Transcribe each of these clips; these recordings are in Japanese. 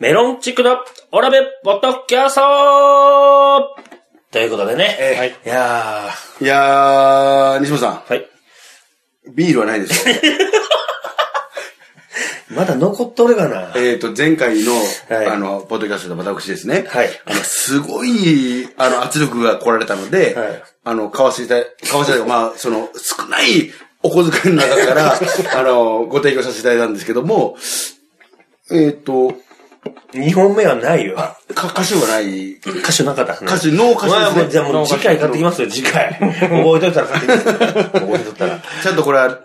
メロンチックのオラベボトキャストということでね。ええはい。いやいやー、西本さー、はい。ん、ビールはないですよ。まだ残っとるかなえっと、前回の、はいあの、ポッドキャストで私ですね。はいあの、すごい、あの、圧力が来られたので、はいあの、買わせて、買わせて、まあ、その、少ないお小遣いの中から、あの、ご提供させていただいたんですけども、えっ、と、二本目はないよ。か、歌手はない。 歌手なかった。歌手ノー歌手ですねまあもうじゃあもう次回買ってきますよ、次回。覚えといたら買ってきます。覚えと ったら。ちゃんとこれは、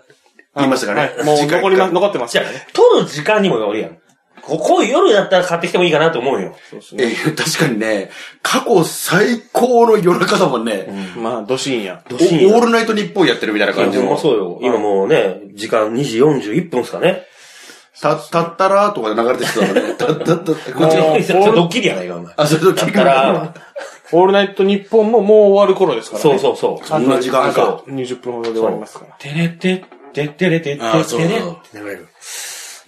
言いましたかねは。い、もう残りま、残ってますじゃかあらね。、撮る時間にもよるやん。ここ夜だったら買ってきてもいいかなと思うよ。えー確かにね、過去最高の夜中だもんね。まあ、ど深夜。どおうしんオーよ。ルナイト日本やってるみたいな感じほんのま。そうよ。今もうね、時間2時41分ですかね。た、たったらーとかで流れてきてたからね。たったったって、ここっっ ちちの。のもうそれドッキリやないか、お前。あ、それと聞だくかからら、、オールナイト日本ももう終わる頃ですからね。そうそうそう。そんな時間か。 20分ほどで終わりますから。てれて、てってれてってあーそうれてって流れる。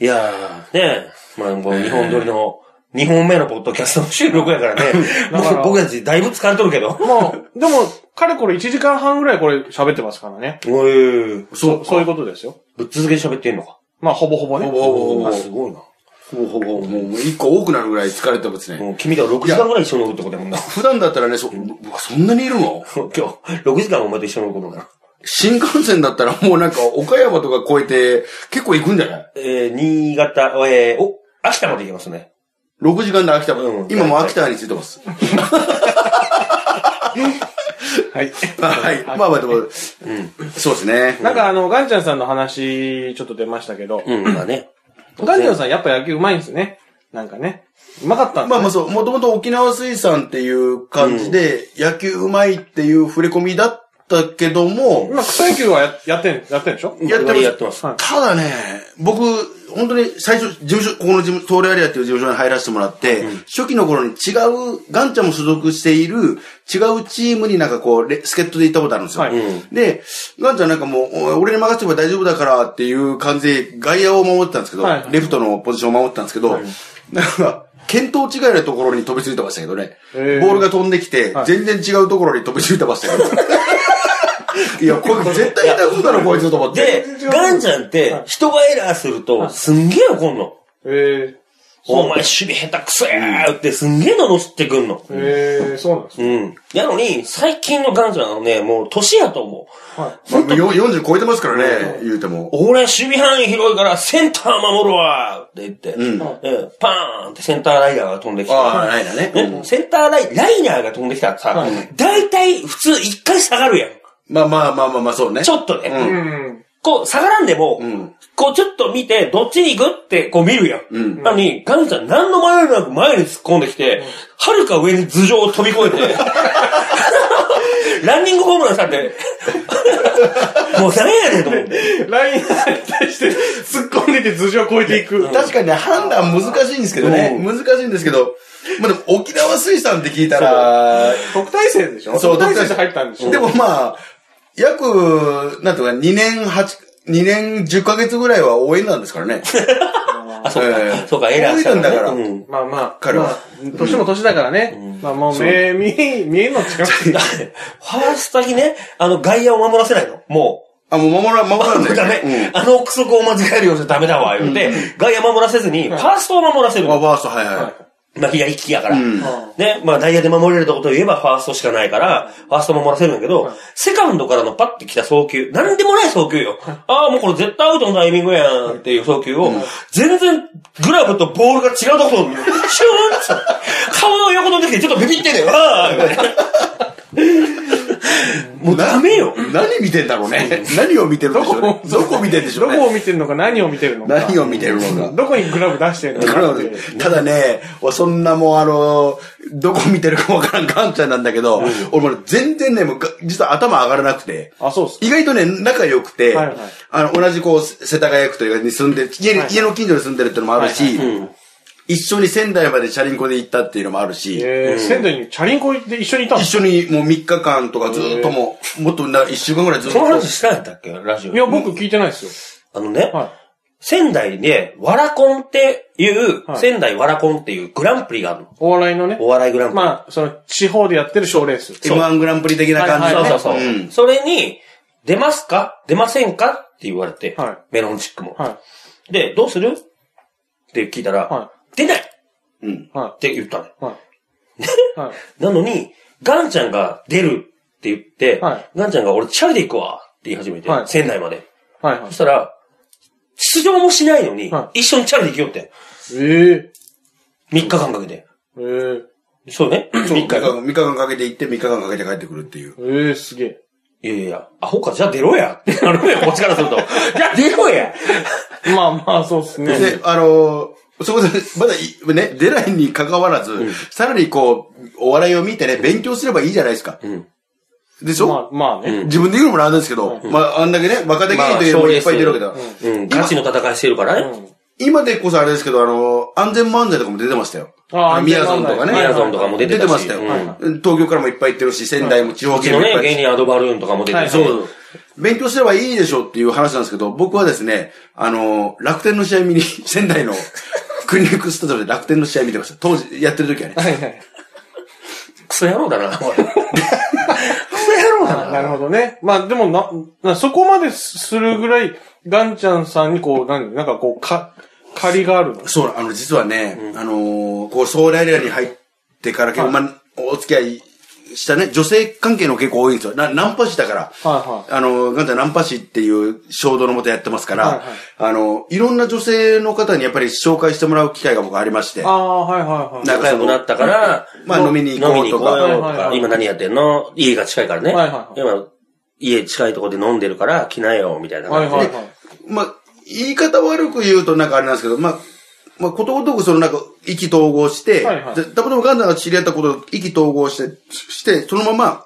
いやー、ねえ、まあもう日本撮りの、2本目のポッドキャストの収録やからね。もだからう僕たちだいぶ疲れとるけど。まあ、でも、かれこれ1時間半ぐらいこれ喋ってますからね。おい、そそういうことですよ。ぶっ続けて喋ってんのか。まあ、ほぼほぼね。ほぼほぼあすごいな。ほぼほぼ、もう一個多くなるぐらい疲れてますね。もう君とは6時間ぐらい一緒に乗るってことやもんな。普段だったらね、そ、うわそんなにいるの 今日、6時間お前と一緒に乗ることになる。新幹線だったらもうなんか岡山とか越えて結構行くんじゃないえー、新潟、えー、お、秋田まで行きますね。 ?6 時間で秋田う、ん今もう秋田に着いてます。はい。はい。まあまあでも、そうですね。なんかあの、ガンちゃんさんの話、ちょっと出ましたけど、うん、まあね。ガンちゃんさんやっぱ野球うまいんですね。なんかね。うまかったんでますあまあそねう、もともと沖縄水産っていう感じで、野球うまいっていう触れ込みだったけども、今、草野球はややってん、やってんでしょやってますやってます。はいただね、僕、本当に最初、事務所、ここの事務、東レアリアっていう事務所に入らせてもらって、初期の頃に違う、ガンちゃんも所属している、違うチームになんかこう、レ助っ人で行ったことあるんですよ。はいで、ガンちゃんなんかもう、お俺に任せてば大丈夫だからっていう感じで、外野を守ってたんですけど、はいレフトのポジションを守ってたんですけど、なんか、見当違いのところに飛びついてましたけどね。へーボールが飛んできて、はい全然違うところに飛びついてましたけ ど。いや、これ絶対痛いことだろ、こいつと思って。で、ガンちゃんって、人がエラーすると、すんげえ怒んの。えお前守備下手くそやーってすんげえ罵ってくんの。ー、えー、そうなんですね。うん。やのに、最近のガンちゃんはね、もう年やと思う。はまあ、よ40超えてますからね、言うても。俺、守備範囲広いから、センター守るわーって言って、んええパーンってセンターライナーが飛んできて、ああ、ないだね。ねセンターライライナーが飛んできたらさ、大体普通一回下がるやん。まあまあまあまあまあ、そうね。ちょっとね。い。ううん。こう、下がらんでも、んこう、ちょっと見て、どっちに行くって、こう見るやん。んなのに、ガンちゃん何の迷いもなく前に突っ込んできて、はるか上に頭上を飛び 越えて、ランニングホームランした って、もうダメやねんと思って。ラインに対して突っ込んでて頭上を越えていく。確かにね、判断難しいんですけどね。う難しいんですけど、まあでも沖縄水産って聞いたら、特待生でしょそう特待生で入ったんでしょでもまあ、約、なんとか2年8、2年10ヶ月ぐらいは応援なんですから ね。あ、そうか、ええそうか、エラーした覚えてんだからうんまあまあ、彼はまあ年も年だからね。まあもう目、見え、見えんの違う。 だってファーストにね、あの、外野を守らせないの。もう。あ、もう守ら、守らもなう い。ダメ、あの憶測を間違えるようじゃダメだわ、言うて、外野守らせずに、ファーストを守らせるうん。のあ、ワースト、はいははいい。まあ、左利きやから。うんね、まあ、ダイヤで守れるとことを言えば、ファーストしかないから、ファーストも守らせるんだけど、セカンドからのパッて来た送球、なんでもない送球よ。ああ、もうこれ絶対アウトのタイミングやんっていう送球を、全然、グラブとボールが違うところに、シューンって顔の横の時にちょっとビビってんだよ。あーもうダメよ。何見てんだろうね。何を見てるんでしょうね。どこ見てんでしょどうね。こを見てるのか何を見てるのか。何を見てるのか。どこにグラブ出してるのだかからっていう。ただね、俺そんなもうあの、どこ見てるかわからん ガンちゃんなんだけど、俺もう全然ね、もうが実は頭上がらなくて、あ、そうっす。意外とね、仲良くて、はいはいあの、同じこう、世田谷区というかに住んで、家にはいはい家の近所に住んでるってのもあるし、はいはいうん一緒に仙台までチャリンコで行ったっていうのもあるし、えー、仙台にチャリンコで一緒にいたの一緒にもう3日間とかずっともう、もっとな1週間ぐらいずっそとの。話したんやったっけラジオ。いや、僕聞いてないですよ。あのね、は仙台で、わらこんっていう、はい仙台わらこんっていうグランプリがあるの。お笑いのね。お笑いグランプリ。まあ、その、地方でやってる賞レース。そう M1 グランプリ的な感じそのうねそうそう。うんそれに、出ますか出ませんかって言われて、はメロンチックも。はで、どうするって聞いたら、は出ないっうん。い。はて言ったの。い。はい。はい。なのに、ガンちゃんが出るって言って、はガンちゃんが俺チャリで行くわって言い始めて、はい仙台まで。はい。はいそしたら、出場もしないのに、は一緒にチャリで行きよって。え3日間かけて。ええそうね。そう、3 3日日間。間、3日間かけて行って、3日間かけて帰ってくるっていう。えええすげえ。いやいやいや、アホか、じゃあ出ろやってなるよ、こっちからすると。じゃあ出ろや まあまあ、そうっすね。で、あのーそこで、まだい、ね、出ないに関わらず、さらにこう、お笑いを見てね、勉強すればいいじゃないですか。んでしょ、まあまあね。自分で言うのもなんですけど、まあ、あんだけね、若手芸人というのもいっぱい出るわけだ。うん、ガチの戦いしてるからね。今でこそあれですけど、あの、安全漫才とかも出てましたよ。あーのみやぞんとかね。みやぞんとかも出てたしましたよ、東京からもいっぱい行ってるし、仙台も地方うち県ものいっね、ぱい芸人アドバルーンとかも出てはいるそうそう勉強すればいいでしょうっていう話なんですけど、僕はですね、あの、楽天の試合見に、 仙台 のクリニックスタジオで楽天の試合見てました。当時、やってる時はね。はいはい。クソ野郎だな、おいクソ野郎だな。なるほどね。まあでもな、なそこまでするぐらい、ガンちゃんさんにこう、何、なんかこう、か、借りがあるの。そう、あの、実はね、あのーこう、ソウルエリアに入ってから結構、まあ、お付き合いしたね、女性関係の結構多いんですよ。なナンパ師だから。はあの、ガンちゃんナンパ師っていう衝動のもとやってますから、はいはいあの、いろんな女性の方にやっぱり紹介してもらう機会が僕ありまして、ああ、はいはいはい。なんか仲そ良くのなったから、まあ飲みに行飲みこうに行とこうか、よとはいはいか、はい今何やってんの家が近いからね。はいはい今、家近いとこで飲んでるから来なよ、みたいなはい感じで。はいはい。まあ、言い方悪く言うとなんかあれなんですけど、まあ、まあ、ことごとくそのなんか、意気統合して、はいはいでたまたまガンちゃんが知り合ったことを意気統合して、して、そのまま、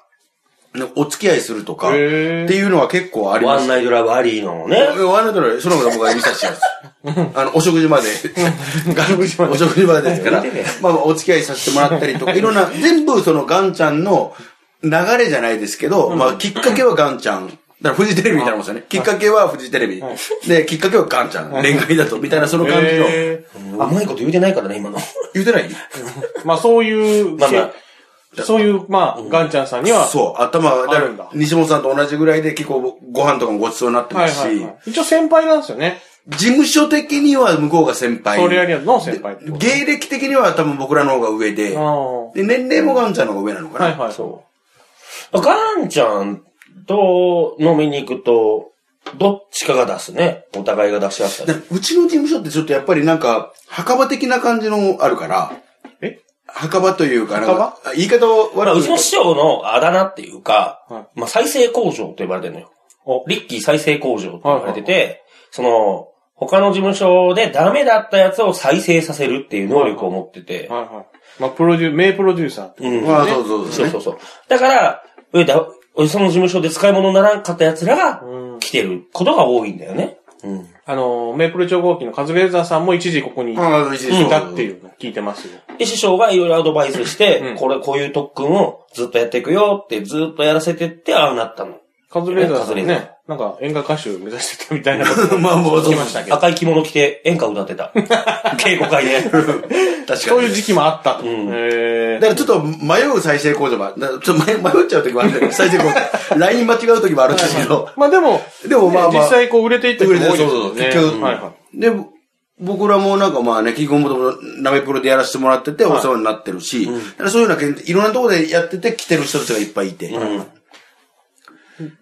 なんかお付き合いするとか、ってへーいうのは結構ありまワすン。ナイトラブアリーのね。ワンナイトラブそのことは僕が見させて ます。あの、お食事まで。お食事までですから見てね。まあ、お付き合いさせてもらったりとか、いろんな、全部そのガンちゃんの流れじゃないですけど、まあ、きっかけはガンちゃん。だから、フジテレビみたいなもんですよね。きっかけはフジテレビ。で、きっかけはガンちゃん。恋愛だと、みたいなその感じの。へうまいこと言うてないからね、今の。 言うてないーまあそういう、まあまけそういう、まあ、ガンちゃんさんには、そう、頭が、だあかるんだら、西本さんと同じぐらいで結構ご飯とかもごちそうになってはまいすはいしは、い。一応先輩なんですよね。事務所的には向こうが先輩。ソレアリアの先輩ってこと。芸歴的には多分僕らの方が上で、ああ。はで、年齢もガンちゃんの方が上なのかな。いはい。そう。ガンちゃんと飲みに行くと、どっちかが出すね。お互いが出し合っただり。からうちの事務所ってちょっとやっぱりなんか、墓場的な感じのあるから、え墓場というか、なん墓か、あ言い方をまあ、悪うくちの師匠のあだ名っていうか、はまあ、再生工場と呼ばれてるのよ。おリッキー再生工場と呼ばれてて、その、他の事務所でダメだったやつを再生させるっていう能力を持ってて、はいはい。まあ、プロデュー、名プロデューサーってこと。うん。まあ、そうそうそ、そううそうそう。だから、上田、その事務所で使い物にならんかった奴らがうん来てることが多いんだよね。うん。あの、メープル超合金のカズレーザーさんも一時ここにいああ、いいですよたっていうのを聞いてますよ。で、師匠がいろいろアドバイスしうてん、これ、こういう特訓をずっとやっていくよって、ずっとやらせてって、ああなったの。カズレーザーさカズレんーザーね、なんか演歌歌手目指してたみたいなことをまあ、もう、そう聞きましたけど。赤い着物着て演歌歌って た。稽古会で。確そかういに。う時期もあったと。だへからちょっと迷う再生工場は、だからちょっと迷迷っちゃう時もあるんだけど、再生工 場。ライン間違う時もあるんですけど。まあでも、でもまあまあ実際こう売れていった人も多いですよね。そうそうそうはいはい。で、僕らもなんかまあね、結局もともと鍋プロでやらせてもらっててお世話になってるし、だからそういうような、いろんなところでやってて来てる人たちがいっぱいいて。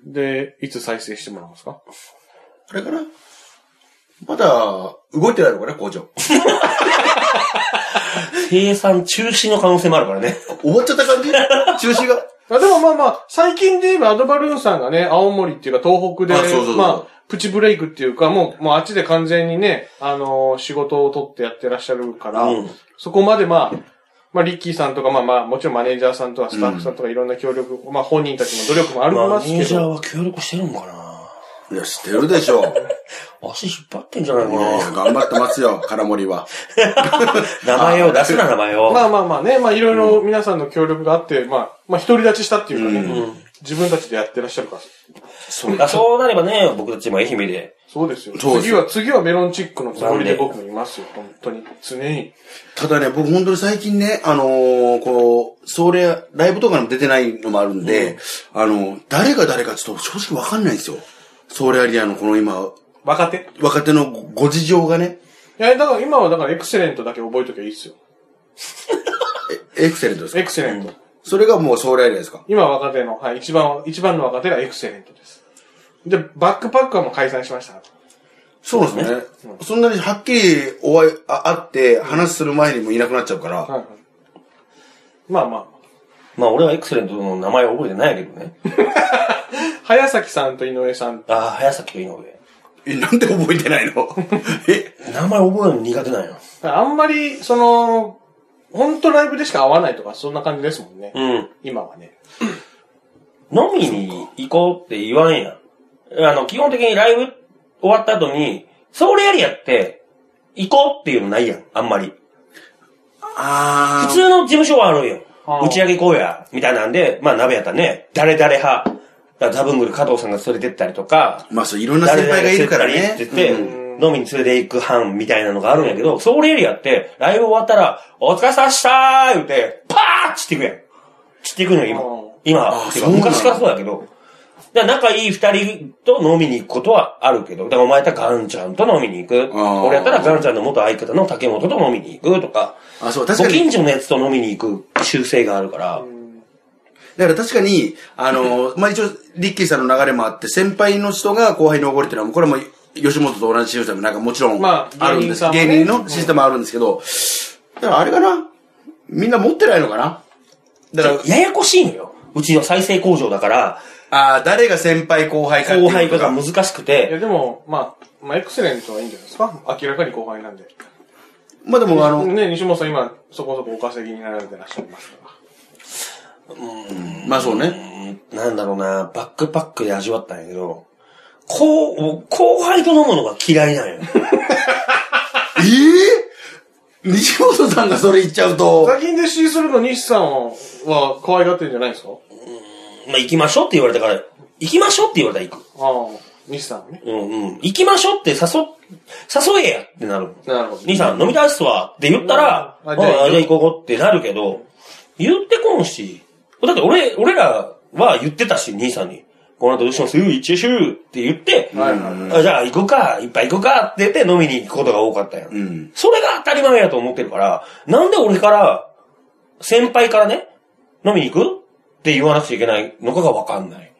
で、いつ再生してもらうんですかあれかなまだ、動いてないのかな、工場。生産中止の可能性もあるからね。終わっちゃった感じ中止が。あでもまあまあ、最近で言えばアドバルーンさんがね、青森っていうか東北で、あそうそうそうまあ、プチブレイクっていうか、もう、もうあっちで完全にね、あのー仕事を取ってやってらっしゃるから、うんそこまでまあ、まあ、リッキーさんとか、まあまあ、もちろんマネージャーさんとかスタッフさんとかいろんな協力、まあ本人たちの努力もありマますネけージャーど、は協力してるのかないや、してるでしょう。足引っ張ってんじゃないかいやいやな頑張ってますよ、空森は。名前を出すな、名前を。まあまあまあね、まあいろいろ皆さんの協力があって、まあ、まあ独り立ちしたっていうかね、自分たちでやってらっしゃるから。そう。あそうなればね、僕たちも愛媛で。そうですよ。そうです次は、次はメロンチックのつもりで僕もいますよ。本当に。常に。ただね、僕本当に最近ね、あのーこう、それ、ライブとかにも出てないのもあるんで、あの、誰が誰かちょっと正直わかんないんですよ。ソーレアリアのこの今、若手。い若手のご事情がね、や、だから今はだからエクセレントだけ覚えときゃいいっすよ。エクセレントですかエクセレント。それがもうソーレアリアですか今若手の、はい、一番、一番の若手がエクセレントです。で、バックパッカーも解散しました。そうですね。そんなにはっきりお会い、あ会って話する前にもいなくなっちゃうから、はいはい。まあまあ。まあ俺はエクセレントの名前は覚えてないけどね。早崎さんと井上さん。ああ、早崎と井上。え、なんで覚えてないのえ、名前覚えるの苦手なんよ。あんまり、その、本当ライブでしか会わないとか、そんな感じですもんね。うん。今はね。飲みに行こうって言わんやん。あの、基本的にライブ終わった後に、ソウルエリアって、行こうっていうのないやん、あんまり。あ普通の事務所はあるんよあ。ー打ち上げ行こうや、みたいなんで、まあ鍋やったらね、誰々派。だからザブングル加藤さんが連れてったりとか、まあそう、いろんな先輩がいるから誰々連。ねれてったりって言って、飲みに連れて行く班みたいなのがあるんやけど、ソウルエリアって、ライブ終わったら、お疲れさっしたー言うて、パーッ散っていくやん。散っていくのあよー、今。あ今、ーてそかうなんだ昔からそうやけど。だから仲いい二人と飲みに行くことはあるけど、だからお前やったらガンちゃんと飲みに行く。あー俺やったらガンちゃんの元相方の竹本と飲みに行くとか。あ、そう、確かごに。近所のやつと飲みに行く習性があるから、だから確かに、あの、まあ、一応、リッキーさんの流れもあって、先輩の人が後輩におごるっていうのは、これも吉本と同じシステムなんかもちろんまああるんです。芸芸人人さんもねのシステムはあるんですけど、だからあれかなみんな持ってないのかなだから、ややこしいのよ。うちの再生工場だから、ああ、誰が先輩後輩かっていう後のが輩化が難しくいや、て、でも、まあ、まあ、エクセレントはいいんじゃないですか明らかに後輩なんで。まあでも、あの、ね、西本さん今、そこそこお稼ぎになられてらっしゃいますから。まあそうね。うんなんだろうな、バックパックで味わったんやけど、こう、もう後輩と飲むのが嫌いなん よ。ええ西本さんがそれ言っちゃうと、最近弟子するの西さんは可愛がってるんじゃないですかまあ行きましょうって言われたから、行きましょうって言われたら行く。ああ、西さんはね。うんうん。行きましょうって誘、誘えやってなる。なるほど。兄さん飲みたいっすわって言ったら、うんああじじゃゃああ行こうってなるけど、言ってこんし、だって俺、俺らは言ってたし、兄さんに。この後どうします一応しゅーって言って、はいはいあじゃあ行こうか、いっぱい行こうかって言って飲みに行くことが多かったよ。んそれが当たり前やと思ってるから、なんで俺から、先輩からね、飲みに行くって言わなくちゃいけないのかがわかんない。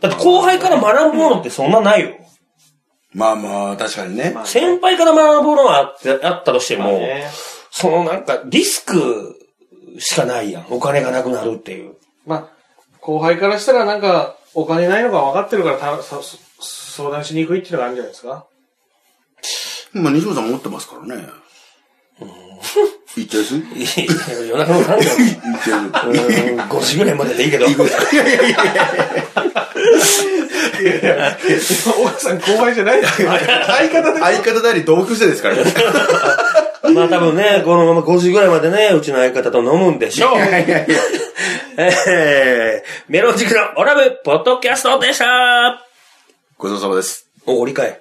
だって後輩から学ぶものってそんなないよ。まあまあ、確かにね。先輩から学ぶものはあってあったとしてまあも、ねそのなんか、リスクしかないやん。お金がなくなるって いう。まあ、後輩からしたらなんか、お金ないのが分かってるからたさそ相談しにくいっていうのがあるんじゃないですか まあ西本さん持ってますからね。言っちゃいすいや夜中の3時言っちゃいすだ5時ぐらいまででいいけど。岡さん後輩じゃない ですよ。相方で。相方であり同級生ですからね。 まあ多分ね、このまま5時ぐらいまでね、うちの相方と飲むんでしょう。 えーメロンチックのオラブポッドキャストでしたごちそうさまです。お、折りかえ。